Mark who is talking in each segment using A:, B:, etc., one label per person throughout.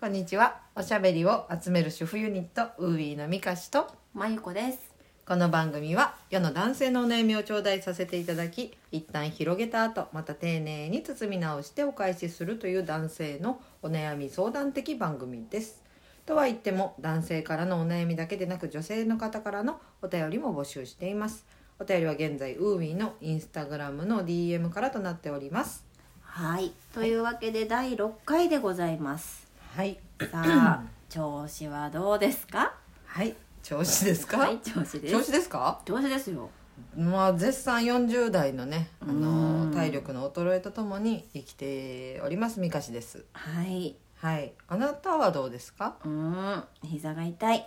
A: こんにちは。おしゃべりを集める主婦ユニット、ウーイーのみかしと、
B: まゆこです。
A: この番組は世の男性のお悩みを頂戴させていただき、一旦広げた後、また丁寧に包み直してお返しするという男性のお悩み相談的番組です。とは言っても、男性からのお悩みだけでなく、女性の方からのお便りも募集しています。お便りは現在、ウーイーのインスタグラムの DM からとなっております。
B: はい。というわけで第6回でござい ます。
A: はい。
B: さあ、調子はどうですか？
A: はい。調子ですか、
B: はい、調子です。
A: 調子ですか
B: 調子ですよ。
A: まあ絶賛40代のねあ
B: う
A: の
B: ん
A: 体力の衰えとともに生きておりますみかしです
B: はい。
A: はいあなたはどうですか
B: うーん、膝が 痛い。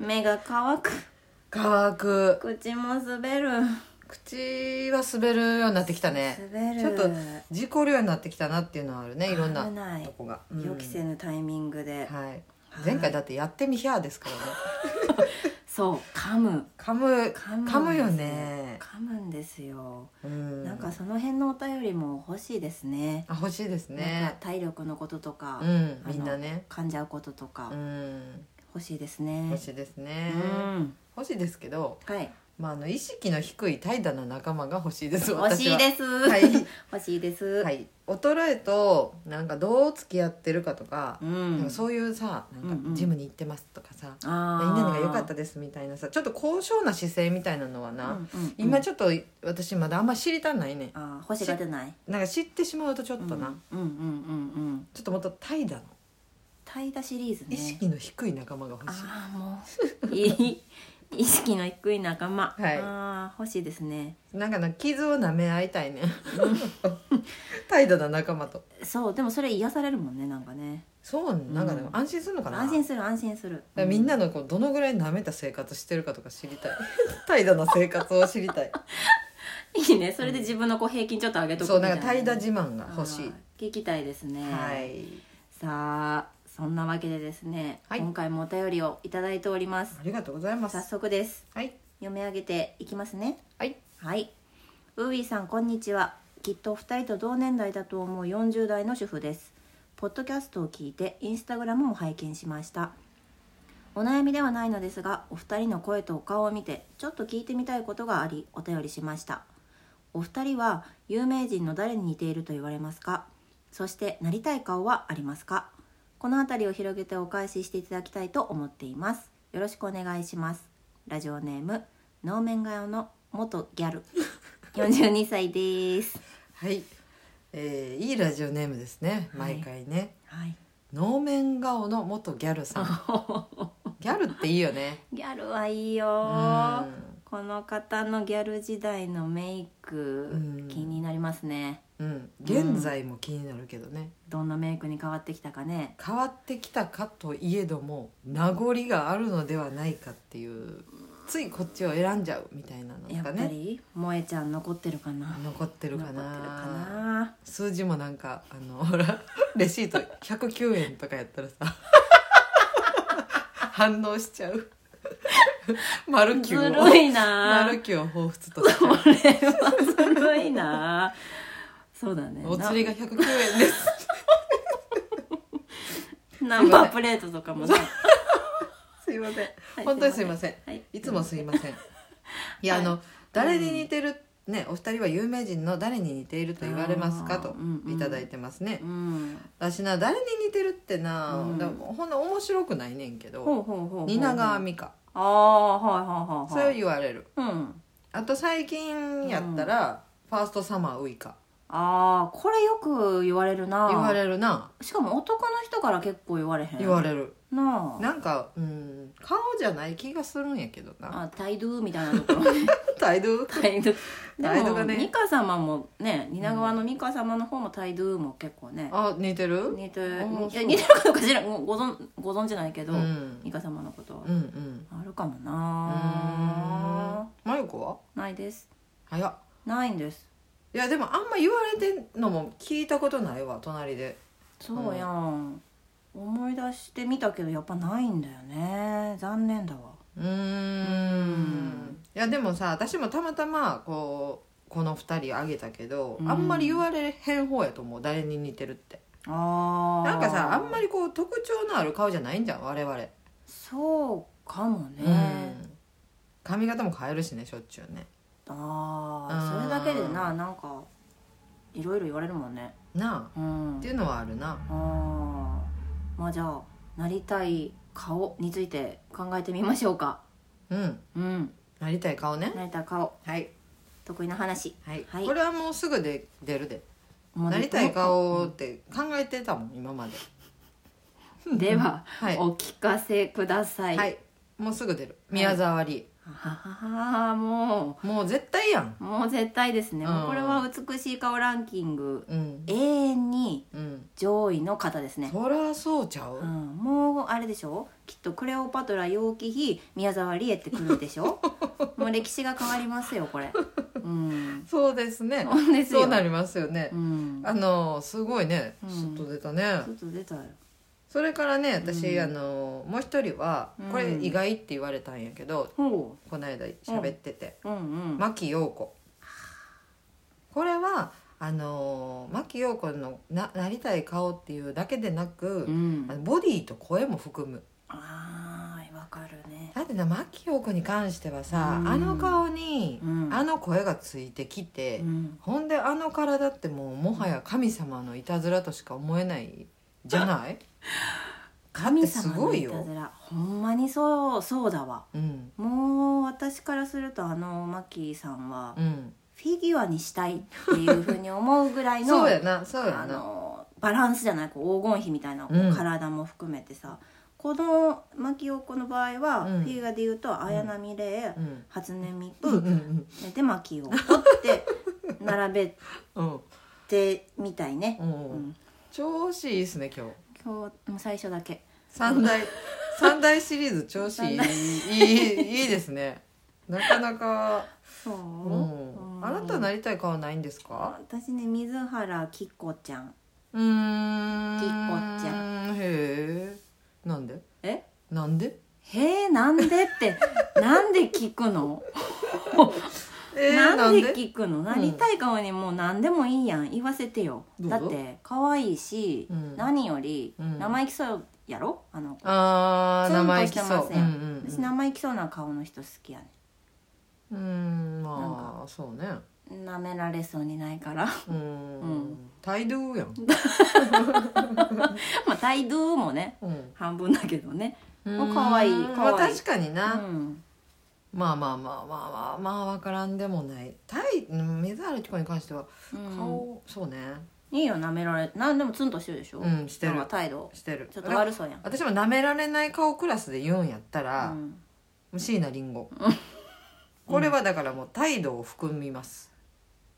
B: うん目が乾く。
A: 乾く
B: 口も滑る。
A: 口は滑るようになってきたね
B: 滑る。
A: ちょっと事故るようになってきたなっていうのはあるねいろんな
B: 危ない
A: とこが、うん
B: 予期せぬタイミングで。
A: はい前回だってやってみひゃーですから ね
B: そう、噛む。
A: 噛む
B: 噛むんです。
A: 噛むよね
B: 噛むんですよ。
A: うん
B: なんかその辺のお便りも欲しいですね。
A: あ欲しいです
B: なんか
A: ね
B: 体力のこととか、
A: うん
B: あの
A: みんなね
B: 噛んじゃうこととか
A: うん
B: 欲しいですね。
A: 欲しいですね
B: うん
A: 欲しいですけど
B: はい。
A: まあ、あの意識の低い怠惰な仲間が欲しいです
B: 欲しい
A: す
B: です。
A: はい
B: 欲しいです。
A: はい衰えとなんかどう付き合ってるかとか,、
B: うん。
A: なんかそういうさな
B: うん
A: ん
B: うん
A: かジムに行ってますとかさ、
B: あ
A: 何々が良かった
B: た。
A: ですみたいなさちょっと高尚な姿勢みたいなのはな、
B: うんうん
A: 今ちょっと私まだあんま知りたんないね
B: ああ欲しが出ない。
A: なんか知ってしまうとちょっ
B: うん
A: とな、
B: うんうんうんうん。
A: ちょっともっと怠惰の
B: 怠惰シリーズね。
A: 意識の低い仲間が欲しい、
B: ああもういい 意識の低い仲間。
A: はい
B: ああ欲しいですね。
A: なんかな傷を舐め合いたいね 怠惰な仲間と
B: そうでもそれ癒されるもんねなんかね。
A: そうなんかでも
B: うん
A: 安心するのかな、
B: 安心する安心する。
A: だからみんなのこうどのぐらい舐めた生活してるかとか知り たい怠惰な生活を知りたい
B: いいねそれで自分のこう平均ちょっと上げとく
A: そう
B: み
A: な
B: たいな、
A: んか怠惰自慢が欲しい
B: あー聞きたいですね
A: はい
B: さあそんなわけでですね、
A: はい
B: 今回もお便りをいただいております
A: ありがとうございま
B: 早
A: す
B: 速です
A: はい
B: 読み上げていきますね
A: はい
B: はいウーイさんこんにちはきっとお二人と同年代だと思う40代の主婦ですポッドキャストを聞いてインスタグラムも拝見しましたお悩みではないのですがお二人の声とお顔を見てちょっと聞いてみたいことがありお便りしましたお二人は有名人の誰に似ていると言われますかそしてなりたい顔はありますかこのあたりを広げてお返ししていただきたいと思っていますよろしくお願いしますラジオネーム能面顔の元ギャル42歳です
A: はいえーいいラジオネームですね
B: はい
A: 毎回ね、
B: はい。
A: 能面顔の元ギャルさんギャルっていいよね
B: ギャルはいいよ
A: うん
B: この方のギャル時代のメイク
A: うん
B: 気になりますね
A: うん現在も気になるけどね
B: どんなメイクに変わってきたかね
A: 変わってきたかといえども名残があるのではないかっていうついこっちを選んじゃうみたいなの
B: やっ
A: が
B: ぱ
A: ね
B: り萌えちゃん残ってるかな
A: 残ってるかな
B: 残ってるかな
A: 数字もなんかあのほら レシート109円とかやったらさ 反応しちゃう 丸
B: ず
A: 9を
B: るいな
A: 丸9を彷彿と しちゃう
B: これはずるいな そうだね
A: お釣りが109円です
B: ナンバープレートとかもね
A: すいません、
B: はい
A: 本当にすいません
B: はい
A: いつもすいませんいや、あの誰に似てるねお二人は有名人の誰に似ていると言われますか
B: あ
A: と
B: ーうんうん
A: いただいてますね、
B: うん
A: 私な誰に似てるってな、
B: うん
A: だからほんな面白くないねんけ
B: ほ
A: ど
B: うほうほうほう
A: 蜷川美香
B: ああはいはい
A: そ
B: はい
A: れ
B: は
A: を
B: い
A: 言われる
B: うん
A: あと最近やったら、ファーストサマーウイカ
B: ああこれよく言われるな
A: 言われるな
B: しかも男の人から結構言われへん
A: 言われる
B: なあ
A: なんかうん顔じゃない気がするんやけどな
B: あ態度みたいなと ころ
A: 態度
B: 態度
A: 態度がね
B: でも美香様もね蜷川の美香様の方も態度も結構ね
A: あ似てる
B: 似てい
A: あーそ
B: や
A: う
B: 似てるかどうか知らんごご存ご存じないけど、
A: うん
B: 美香様のことは
A: うんうん
B: あるかも
A: うー
B: なん
A: 真由子は
B: ないです
A: 早っ
B: ないんです
A: いやでもあんま言われてんのも聞いたことないわ隣で
B: そうやん、思い出してみたけどやっぱないんだよね残念だわ
A: うーん
B: ん
A: いやでもさ私もたまたまこうこの2人あげたけど、
B: うん
A: あんまり言われへん方やと思う誰に似てるって
B: ああー
A: なんかさあんまりこう特徴のある顔じゃないんじゃん我々、
B: そうかもね、
A: うん髪型も変えるしねしょっちゅうね
B: あ
A: う
B: あ
A: ん
B: それだけでななんかいろいろ言われるもんね
A: なあ
B: うん
A: っていうのはあるな
B: あーまあじゃあなりたい顔について考えてみましょうか
A: うん
B: うん
A: なりたい顔ね
B: なりたい顔
A: はい、
B: 得意な話
A: はい
B: はい
A: これはもうすぐで出るで
B: もう
A: なりたい顔って考えてたもん今まで
B: では、
A: はい、
B: お聞かせください
A: はい、もうすぐ出る宮沢りえ、
B: ああも
A: もう絶対やん
B: うもう絶対ですね、
A: うん
B: もうこれは美しい顔ランキング
A: うん
B: 永遠に
A: うん
B: 上位の方ですね
A: そりゃそうちゃう、
B: うん、もうあれでしょきっとクレオパトラ楊貴妃宮沢りえってくるで しょもう歴史が変わりますよこれうん
A: そうですね
B: そうですよ
A: そうなりますよね
B: う、ん
A: あのすごいね
B: うん
A: すっと出たね、
B: ちょっと出たよ
A: それからね私、
B: うん
A: あのもう一人は
B: うん
A: これ意外って言われたんやけど、
B: ほ
A: この間喋ってて、
B: ううんうん
A: 牧陽子これはあの牧陽子のななりたい顔っていうだけでなく、
B: うん
A: あのボディと声も含む
B: あーわかるね
A: だってな牧陽子に関してはさ、
B: うん
A: あの顔に、
B: うん
A: あの声がついてきて、
B: うん
A: ほんであの体ってもうもはや神様のいたずらとしか思えないじゃない
B: 神
A: す
B: 様
A: ご
B: の
A: い
B: い
A: よ
B: たずらほんまにそうそうだわ
A: うん
B: もう私からするとあのマキーさんは
A: うん
B: フィギュアにしたいっていうふうに思うぐらいの
A: そうやなそうや
B: あ
A: な
B: のバランスじゃないこう黄金比みたいな、こう
A: うん
B: 体も含めてさこの牧陽子の場合は、
A: うん
B: フィギュアで言うと綾波レイ、
A: うん
B: 初音ミ
A: うんう
B: ク
A: ん
B: で牧陽子って並べ
A: うん
B: てみたいね
A: う、ん
B: う
A: うん
B: ん、
A: 調子いいっすね今日
B: 今日もう最初だけ
A: 三 大三大シリーズ調子いい
B: 三
A: いいいいですねなかなか、
B: そう、
A: うん、あなたなりたい顔ないんですか
B: 私ね水原希子ちゃん
A: うーん
B: きっこち
A: へえなんで
B: え
A: なんで
B: へえなんでって なんで聞くの、
A: えー
B: なんで聞くのな
A: うん
B: りたい顔にもう何でもいいやん言わせてよ
A: どう
B: だ
A: ぞ
B: って可愛いし、
A: うん
B: 何より
A: うん
B: 生意気そうやろあの子
A: あー
B: ツンと
A: 生意
B: し
A: 気
B: て
A: そ
B: ま
A: う
B: す
A: うん
B: やん
A: うん
B: 私生意気そうな顔の人好きやね
A: うんうん
B: な
A: まあそうね
B: なめられそうにないから
A: うん、
B: うん
A: 態度やん
B: まあ態度もね
A: うん
B: 半分だけどね
A: うん
B: 可愛い
A: まあ
B: 可愛い
A: 確かに
B: う
A: な、
B: ん
A: まあまあまあまあまあまあ分からんでもない対水原希子に関しては
B: うん
A: 顔、そうね
B: いいよなめられなんでもツンとしてるでしょ、
A: うんしてる
B: なんか態度
A: してる
B: ちょっと悪そうやん
A: 私も舐められない顔クラスで言うんやった
B: う
A: ら、
B: ん
A: 椎名林檎 これはだからもう態度を含みます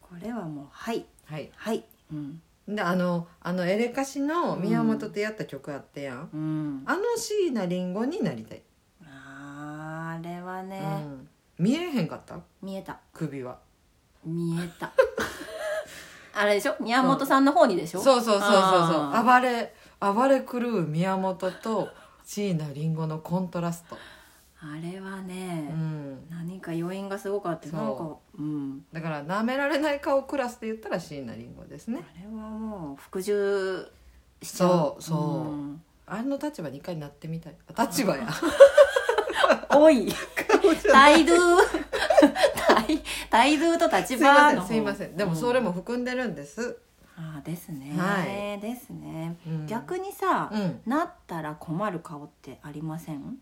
B: これはもうはい
A: はい
B: はいうん、
A: であのあのエレカシの宮本とやった曲あってやん、
B: うん、
A: あの椎名林檎になりたい、
B: あーあれはね、
A: うん見えへんかった
B: 見えた
A: 首は
B: 見えた あれでしょ宮本さんの方にでしょ、
A: そうそうそうそう
B: あ
A: そう
B: ー
A: 暴れ暴れ狂う宮本と椎名林檎のコントラスト
B: あれは
A: う
B: ね、
A: ん
B: 何か要因がすごかった
A: そう
B: なんかうん
A: だから舐められない顔クラスで言ったら椎名林檎です
B: あ
A: ね
B: れはもう服従しちゃう
A: そうそうんあの立場に一回なってみたいあ立場や
B: おい
A: 顔じゃない
B: 態度態態度と立
A: すいま
B: 場
A: せん
B: の方
A: すいませんでもそれ
B: うん
A: も含んでるんです、
B: ああですね、
A: は
B: ですね
A: うん
B: 逆にさ
A: う、ん
B: なったら困る顔ってありません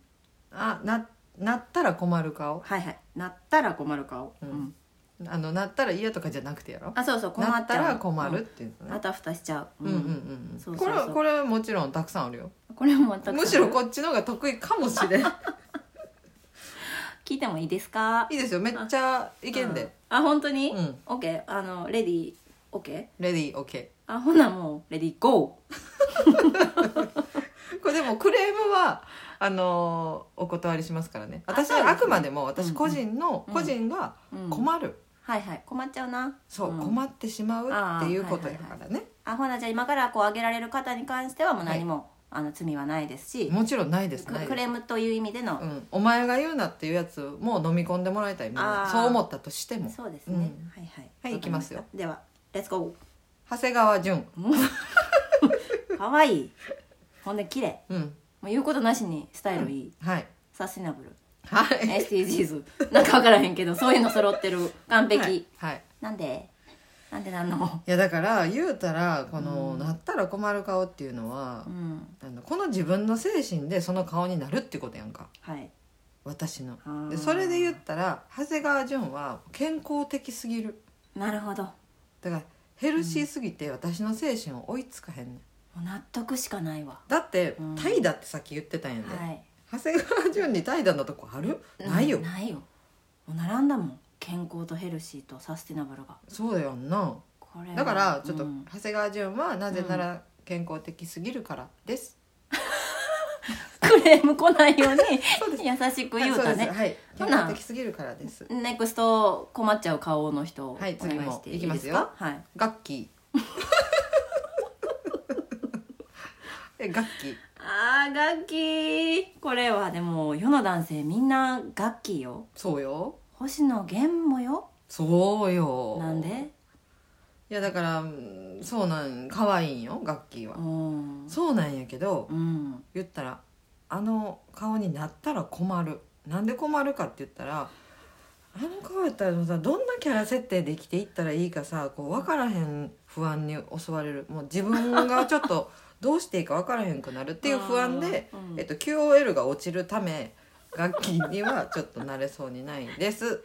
A: あななったら困る顔
B: はいはいなったら困る顔、
A: うん
B: うん
A: あのなったら嫌とかじゃなくてやろ
B: あそうそう困っちゃ
A: な
B: う
A: ったら困るっていう
B: うん
A: の
B: あ
A: ね
B: たふたしちゃ
A: う
B: う、
A: んうんう
B: そ
A: ん
B: う
A: こ
B: そう
A: れ
B: そう
A: はこれはもちろんたくさんあるよ
B: これも全く
A: むしろこっちの方が得意かもし れんい
B: 聞いてもいいですか
A: いですよめっちゃい
B: い
A: けんで、
B: あ本当に、
A: うん
B: OK あのレディー OK
A: レディーオッケ
B: あほなもうレディーゴ
A: ーこれでもクレームはあのーお断りしますからね私
B: そうです
A: は
B: ね
A: あくまでも私個人の、
B: うん
A: 個人が
B: ー、うん
A: 困る、
B: はいはい困っちゃうな
A: そう、
B: うん
A: 困ってしまうっていうことやからね、
B: あほなじゃあ今からこうあげられる方に関してはもう何も、あの罪はないですし
A: もちろんないです
B: ク
A: ない
B: ク
A: です
B: レームという意味での、
A: うん、お前が言うなっていうやつも飲み込んでもらいたいみんな
B: あー
A: そう思ったとしても
B: そうですね、
A: うん
B: はいはい
A: はい
B: わかり
A: いきますよ
B: したではレッツゴー
A: 長谷川純
B: うん可愛いほんで綺麗
A: うん
B: もう言うことなしにスタイルいい、
A: はい
B: サスティナブル
A: はい
B: SDGs なんか分からへんけどそういうの揃ってる完璧、
A: はい、はい
B: なんでなんでなんの
A: いやだから言うたらこの、
B: うん
A: なったら困る顔っていうのは
B: う、ん
A: あのこの自分の精神でその顔になるってことやんか
B: はい
A: 私の
B: あー
A: でそれで言ったら長谷川潤は健康的すぎる
B: なるほども
A: だからヘルシーすぎて私の精神を追いつかへんねん
B: う納得しかないわ
A: だって
B: うん
A: 怠惰ってさっき言ってたんやで、
B: はい
A: 長谷川潤に怠惰なとこあるないよ
B: ないよもう並んだもん健康とヘルシーとサスティナブルが
A: そうやんな
B: これは
A: だからちょっと
B: うん
A: 長谷川潤はなぜなら健康的すぎるからです、
B: クレーム来ないよ う
A: そうで
B: に
A: す
B: 優しく言
A: はい
B: うた
A: そうです
B: ね
A: はい
B: ほ
A: 健
B: な
A: 康的すぎるからです
B: ネクスト困っちゃう顔の人
A: はい
B: お願
A: 次も
B: してい
A: いきますよ
B: ですかはい
A: ガッキー えガッキー
B: あーガッキーこれはでも世の男性みんなガッキーよ
A: そうよ
B: 星野源もよ
A: そうよ
B: なんで
A: いやだからうんそうなん可愛いんよガッキーは
B: うん
A: そうなんやけど
B: うん
A: 言ったらあの顔になったら困るなんで困るかって言ったらあの顔やったらさどんなキャラ設定で生きていったらいいかさこう分からへん不安に襲われるもう自分がちょっ とどうしていいか分からへんくなるっていう不安で
B: あーう、ん
A: えっと、QOL が落ちるため楽器に はちょっと慣れそうにないです。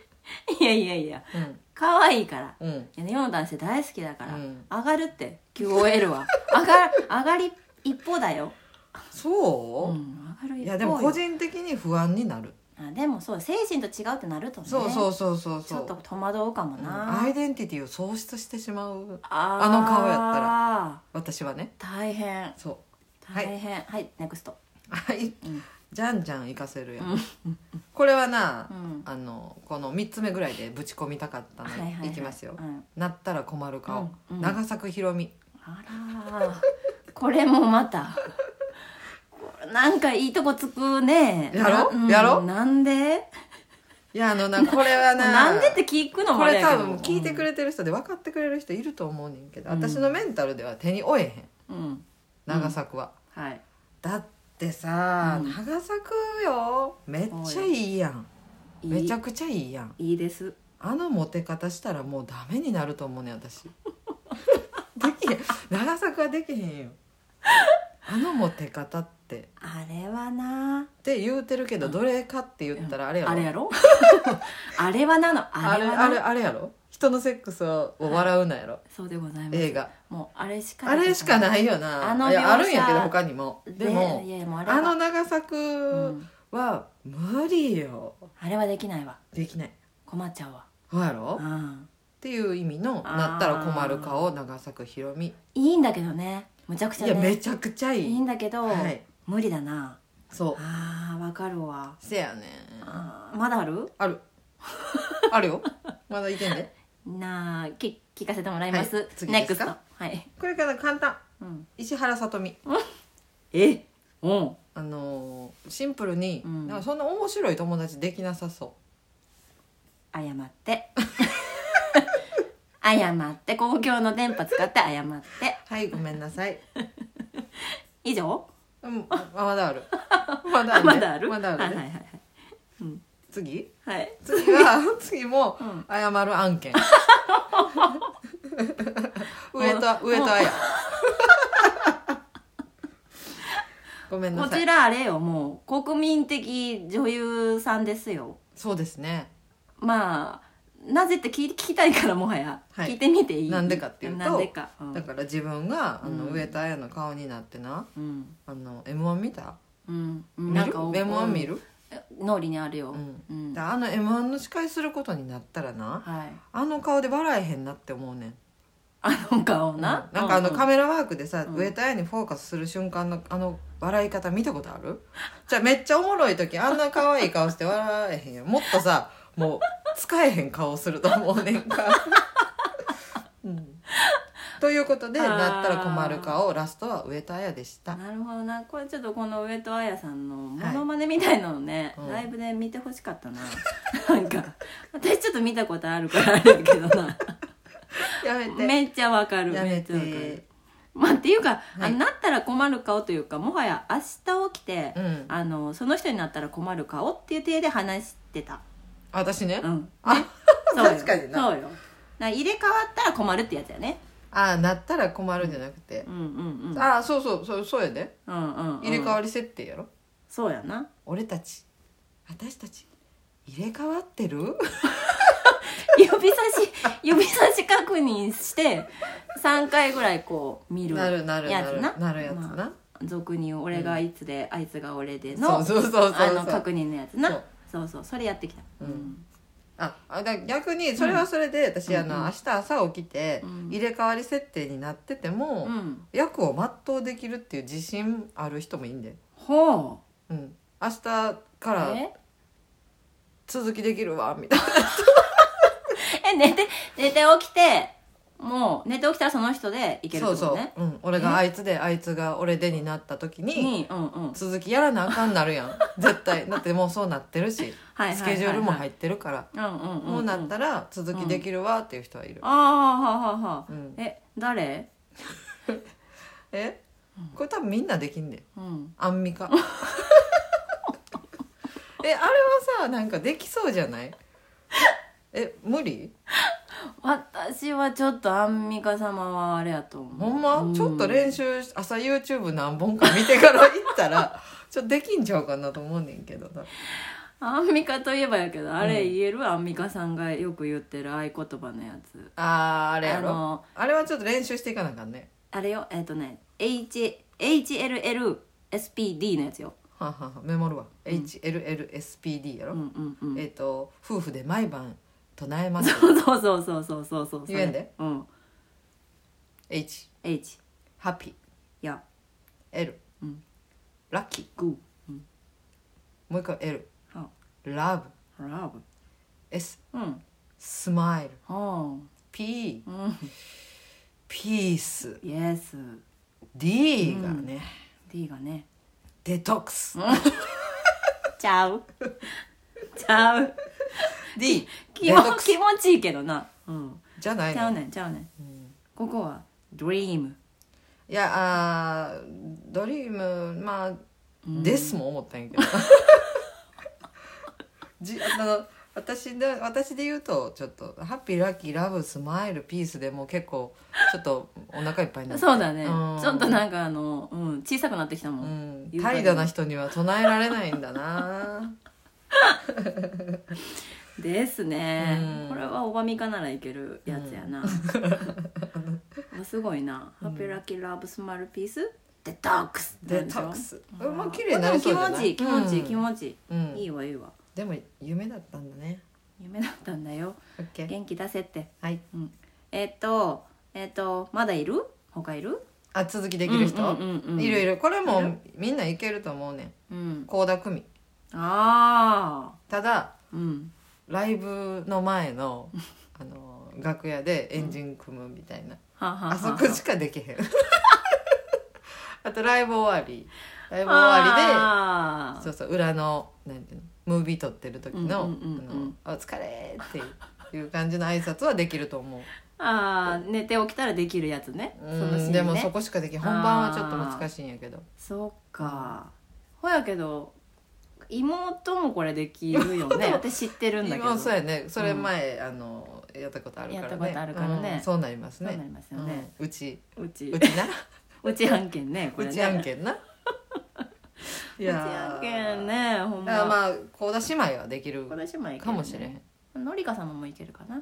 B: いやいやいや
A: うん
B: 可愛いから
A: うん
B: いや世の男性大好きだから、
A: うん
B: 上がるって QOL は上が上がり一方だよ、
A: そう、
B: うん、上がる一方よ
A: いやでも個人的に不安になる、
B: あでもそう精神と違うってなるとね
A: そうそうそうそう
B: ち
A: そ
B: ょ
A: う
B: っと戸惑うかも
A: うん
B: な、
A: アイデンティティを喪失してしまう
B: あ
A: あの顔やった
B: ら
A: 私はね
B: 大変
A: そうはい
B: 大変はい、ネクスト
A: はい
B: うん
A: じゃんじゃん行かせるやん、
B: うん
A: これはな、
B: うん
A: あのこの3つ目ぐらいでぶち込みたかったので、
B: はいはいはい
A: いきますよ、
B: うん
A: なったら困る顔、
B: うんうん
A: 長作ひろみ
B: あらー これもまたなんかいいとこつくね
A: やろ
B: なうん
A: やろ
B: なんで
A: いやあのなこれは な
B: なんでって聞くのも
A: こ
B: あれ
A: れ
B: やけ
A: 多
B: ど
A: 分聞いてくれてる人で分かってくれる人いると思うねんけど、私のメンタルでは手に負えへん
B: うん、うん
A: 長作は、
B: はい
A: だってさ、
B: うん
A: 長作よめっちゃいいやん
B: いい
A: めちゃくちゃいいやん
B: いいです
A: あのモテ方したらもうダメになると思うねん 私できへん長作はできへんよあのモテ方ってっ
B: あれはな
A: て言うてるけどどれかって言ったらあれやろ
B: あれ やろあれはなのあ
A: あ
B: れ
A: れ
B: は
A: あ
B: な
A: れあれやろ人のセックスを笑うなやろ、
B: そうでございます
A: 映画
B: もうあれしか
A: あれしかないいよな
B: あの
A: いや
B: 描写
A: あるんやけど他にもで
B: で
A: も
B: いやいやもうあれは
A: あの長
B: う
A: 作
B: ん
A: は無理よ
B: あれはできないわ
A: できない
B: 困っちゃうわ
A: ほやろ
B: うん
A: っていう意味の「なったら困る顔長作ひろみ」
B: いいんだけどねむちゃくち
A: い
B: ゃ
A: やめ
B: ね
A: ちゃくちゃ
B: い
A: い
B: い
A: い
B: んだけど
A: はい
B: 無理だな
A: そ
B: あーわかるわ
A: うせやね
B: あーまだある
A: あ るあるよまだいけんで
B: なあき聞かせてもらいます、
A: はい次
B: ネ
A: で
B: ク
A: す
B: ス
A: か
B: トはい、
A: これから簡単
B: うん、
A: 石原さとみ
B: えうん
A: あのーシンプルに、
B: うん
A: なんかそんな面白い友達できなさそ
B: 謝って 謝って公共の電波使って謝って
A: うはいごめんなさい
B: 以上
A: うんあまだあ るまだある、ね、
B: ま だある
A: まだある、ね
B: はいはいはい
A: 次
B: はいはい
A: 次 は次も
B: ん
A: 謝る案 件上と上とあやごめん
B: こ
A: なさ
B: ち
A: い
B: らあれよもう国民的女優さんですよ
A: そうですね
B: まあなぜって聞い聞きたいからもはや、
A: はい
B: 聞いてみていい
A: なんでかっていうと
B: なんでか、うん
A: だから自分があの
B: うん
A: 上田綾の顔になってな
B: うん
A: あの m 1見た
B: うんう
A: 見
B: ん
A: る
B: なんか
A: m 1見る、
B: 脳裏にあるよ、
A: うん
B: うん
A: であの m 1の司会することになったらな
B: はい
A: あの顔で笑えへんなって思うねん
B: あの顔
A: な
B: な、
A: んかあの
B: う
A: カメラワークでさ、
B: うん
A: 上田綾にフォーカスする瞬間のあの笑い方見たことあるじゃあめっちゃおもろい時あんな可愛い顔して笑えへんよもっとさもう使えへん顔すると思うねんか、 うん、ということで「
B: あー
A: なったら困る顔」ラストは上田綾でした
B: なるほどなこれちょっとこの上戸彩さんのモノマネみたいなのね、
A: はいうん
B: ライブで見てほしかったな なんか私ちょっと見 たことあるからあれやけどな
A: やめて
B: めっちゃわかる
A: やめて
B: っちゃわかる まあっていうか、
A: はい
B: あのなったら困る顔というかもはや明日起きて、
A: うん
B: あのその人になったら困る顔っていう体で話してた、
A: 私ね、
B: うん、
A: あ
B: そうよ
A: 確かにな
B: そうよな入れ替わったら困るってやつやね
A: あなったら困るんじゃなくて
B: う、んうんうん
A: あそうそうそうそうやで
B: うんうんうん
A: 入れ替わり設定やろ、
B: そうやな
A: 俺たち私たち入れ替わってる
B: 指差し 指差し確認して3回ぐらいこう見る
A: なるなるな
B: やつ
A: る
B: な
A: なるやつな、
B: まあ俗に言う俺があいつで、あいつが俺での
A: そうそうそうそう
B: あの確認のやつな
A: そ
B: そううそうそれやってきた
A: うんああだ逆にそれはそれで、私あの、
B: うんうん
A: 明日朝起きて、
B: うん
A: 入れ替わり設定になってても、
B: うん
A: 役を全うできるっていう自信ある人もいいんで、
B: ほ
A: うん、明日か
B: う
A: ら
B: え
A: 続きできるわみたいな
B: え寝て寝て起きてもう寝て起きたらその人でいけるって
A: そう
B: こと
A: そ
B: ね
A: う、うん、俺があいつであいつが俺でになった時に
B: にうんうん
A: 続きやらなあかんなるやん 絶対だってもうそうなってるし
B: はいはいはいはい
A: スケジュールも入ってるから、
B: うんうんうん
A: もうなったら続きできるわっていう人はいる、
B: ああはあはあはあ
A: うん
B: え誰
A: えこれ多分みんなできんねん
B: うん
A: アンミ カえあれはさなんかできそうじゃないえ無理
B: 私はちょっとアンミカ様はあれやと思う
A: ほんま、
B: う
A: ちょっと練習し朝 YouTube 何本か見てから行ったらちょっとできんちゃうかなと思うねんけどな
B: アンミカといえばやけどあれ
A: うん
B: 言える、アンミカさんがよく言ってる合言葉のやつ
A: あーあれやろ
B: あ
A: あ
B: の
A: れはちょっと練習していかなあかんね
B: あれよえっ、とね H HLLSPD のやつよ、
A: はんはんはんメモるわ、HLLSPD や
B: う
A: ろ、
B: んうんうん、
A: えっ、と夫婦で毎晩唱えます
B: そうそうそうそうそうそうそう
A: 言えんで
B: うん、
A: H
B: H
A: ハッピー
B: や
A: L、
B: うん
A: ラッキー
B: グ
A: もう一回 L
B: ーは
A: ラブ
B: ラブ
A: S
B: うん
A: スマイル
B: は
A: P
B: あうん
A: ピース
B: Yes
A: D がね、
B: D がね
A: デトックス、
B: ちゃうちゃう
A: D
B: 気
A: デ
B: も
A: トックス
B: 気持ちいいけどな、うん、
A: じゃない
B: ちゃ
A: の
B: うねんちゃうねん
A: うん
B: ここは Dream
A: いやあードリームまあ、ですも思ったんやけど じあの私で私で言うとちょっとハッピーラッキーラブスマイルピースでもう結構ちょっとお腹いっぱいになって
B: そうだね、
A: うん
B: ちょっとなんかあの、うん、小さくなってきたも、
A: うんん
B: 言うかな
A: 怠惰な人には唱えられないんだ な
B: ですね、
A: うん
B: これはオバミカならいけるやつや な、すごいな、ハッピーラッキーラブスマイルピースデトックス
A: デトックス
B: なんでしょ
A: うんまあ綺麗になりそうじゃない
B: でも気持ちいい気
A: うん
B: 持ちいい気持ち
A: う
B: いい、い
A: ん
B: いわいいわ
A: でも夢だったんだね
B: 夢だったんだよ
A: OK
B: 元気出せって
A: はい
B: うんえっとえっとまだいる他いる
A: あ続きできる人、
B: うんうんうんうん
A: いるいるこれ
B: い
A: も
B: る
A: みんないけると思うねん
B: うん
A: 倖田來未
B: ああ
A: ただ
B: うん
A: ライブの前 のあの楽屋でエンジン組むみたいな、
B: ははは
A: あそこしかできへ んあとライブ終わりライブ終わり
B: あ
A: で
B: ー
A: そうそう裏のなんていうのムービー撮ってる時の「
B: うんうんうんうん
A: あのお疲れ」っていう感じの挨拶はできると思う、
B: あー寝て起きたらできるやつね
A: う
B: そのシーン
A: ん、
B: ね
A: でもそこしかできへん本番はちょっと難しいんやけど
B: そうかほやけど妹もこれできるよね私知ってるんだけど
A: 今そう
B: や
A: やねそれ前、あのやったことあるからね
B: やったことあるからね
A: うんそうなります
B: そうな
A: ね
B: りますよね、
A: うんう ち
B: うち
A: うちな
B: うち案件ね
A: う
B: これね
A: ち案件 ないう
B: ち案件ねほん
A: だから
B: ま
A: まあ高田姉妹はできる
B: これ姉妹いけるね
A: かもしれへん
B: のりか様もいけるかな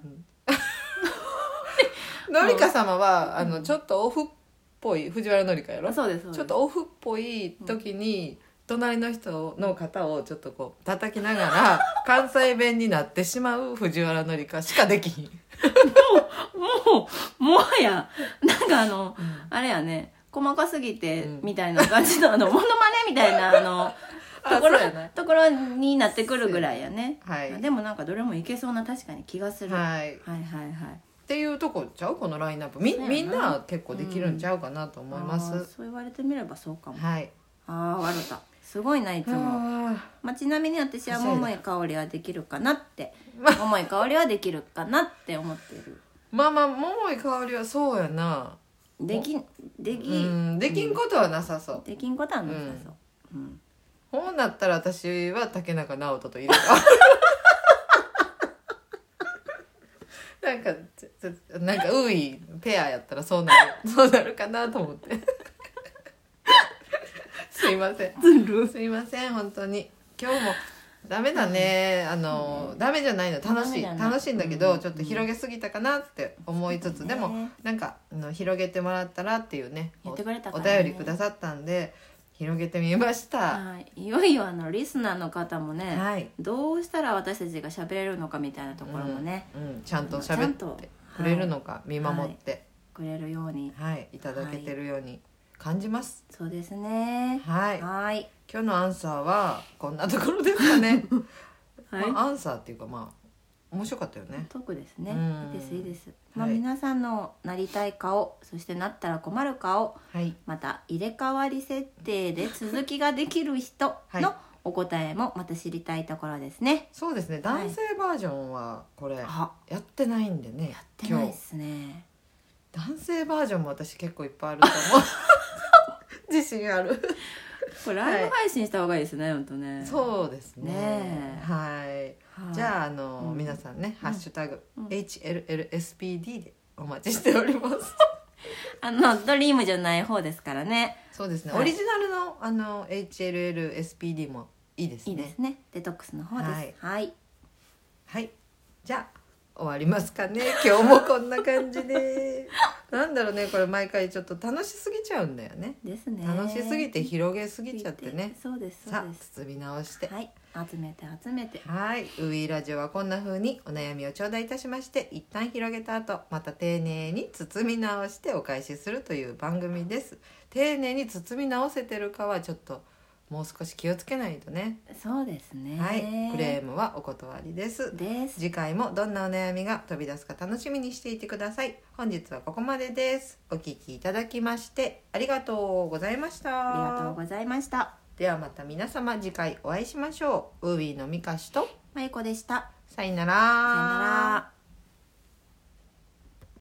A: のりか様はあのちょっとオフっぽい藤原のりかやろ
B: あそうですそうです
A: ちょっとオフっぽい時に隣の人の方をちょっとこう叩きながら 関西弁になってしまう藤原のりかしかできひん
B: もうもはやなんかあの、あれやね細かすぎて
A: うん
B: みたいな感じのあのモノマネみたいなあの
A: あ
B: ところ
A: そうやな
B: ところになってくるぐらいやね、
A: はい
B: でもなんかどれもいけそうな確かに気がする、
A: はい
B: はいはいはい
A: っていうとこちゃうこのラインナップみ
B: そうやな
A: みんな結構できるんちゃうかなと思いま
B: あー
A: す、
B: そう言われてみればそうかも、
A: はい
B: ああ悪かったすごいないつも、
A: あ
B: まあ、ちなみに私は桃井香りはできるかなって桃井香りはできるかなって思ってる
A: ーまあまあ桃井かおりはそうやな
B: できんでき、
A: うんできんことはなさそう
B: できんことはなさそう、うん
A: こうなったら私は竹中直人といるよ なんかちょちょなんかウーイペアやったらそうなるそうなるかなと思って すいません
B: ずる
A: すいません本当に今日もダメだね、あの、ダメじゃないの楽しい
B: ダメだね
A: 楽しいんだけど、
B: うん
A: ちょっと広げすぎたかなって思いつつ、でも
B: ね
A: なんかあの広げてもらったらっていうね
B: 言ってくれた
A: お
B: からね
A: 便りくださったんで広げてみました、
B: はい、いよいよあのリスナーの方もね、
A: はい、
B: どうしたら私たちが喋れるのかみたいなところもね、
A: うん、ちゃんと
B: ちゃ
A: 喋
B: ん
A: っ
B: と
A: てくれるのか見守って
B: くれるように
A: はい、い、ただけてるように感じます
B: そうですね
A: はい、
B: はい
A: 今日のアンサーはこんなところですか ね、
B: はい、
A: まあ、アンサーっていうかまあ面白かったよね
B: トークですね
A: うん
B: いいですいいです、まあ、
A: はい
B: 皆さんのなりたい顔そしてなったら困る顔
A: はい
B: また入れ替わり設 定で続きができる人
A: はい
B: のお答えもまた知りたいところですね、
A: そうですね
B: はい
A: 男性バージョンはこれ
B: あ
A: やってないんでね、
B: やってないですね
A: 今日男性バージョンも私結構いっぱいあると思 う自信ある
B: これライブ配信した方がいいですね、本当ね
A: そうですね
B: ねえ
A: はい
B: はい
A: じゃああの、
B: うん
A: 皆さんね「ハッシュタグ、
B: うん
A: #HLLSPD」でお待ちしております
B: あのドリームじゃない方ですからね
A: そうですね、
B: はい
A: オリジナルのあの HLLSPD もいいです
B: い
A: ね
B: いですねデトックスの方です
A: はい
B: はい
A: はいじゃあ終わりますかね 今日もこんな感じでなんだろうねこれ毎回ちょっと楽しすぎちゃうんだよね
B: ですね
A: 楽しすぎて広げすぎちゃってね
B: そうですそう
A: さあ
B: です
A: 包み直して
B: はい集めて集めて
A: はい「ウイラジオ」はこんな風にお悩みを頂戴いたしまして一旦広げた後また丁寧に包み直してお返しするという番組です丁寧に包み直せてるかはちょっともう少し気をつけないとね
B: そうですね
A: はいクレームはお断りです
B: です
A: 次回もどんなお悩みが飛び出すか楽しみにしていてください本日はここまでですお聞きいただきましてありがとうございました
B: ありがとうございました
A: ではまた皆様次回お会いしましょうウービーのみかしと
B: まゆこでした
A: さよなら
B: さよなら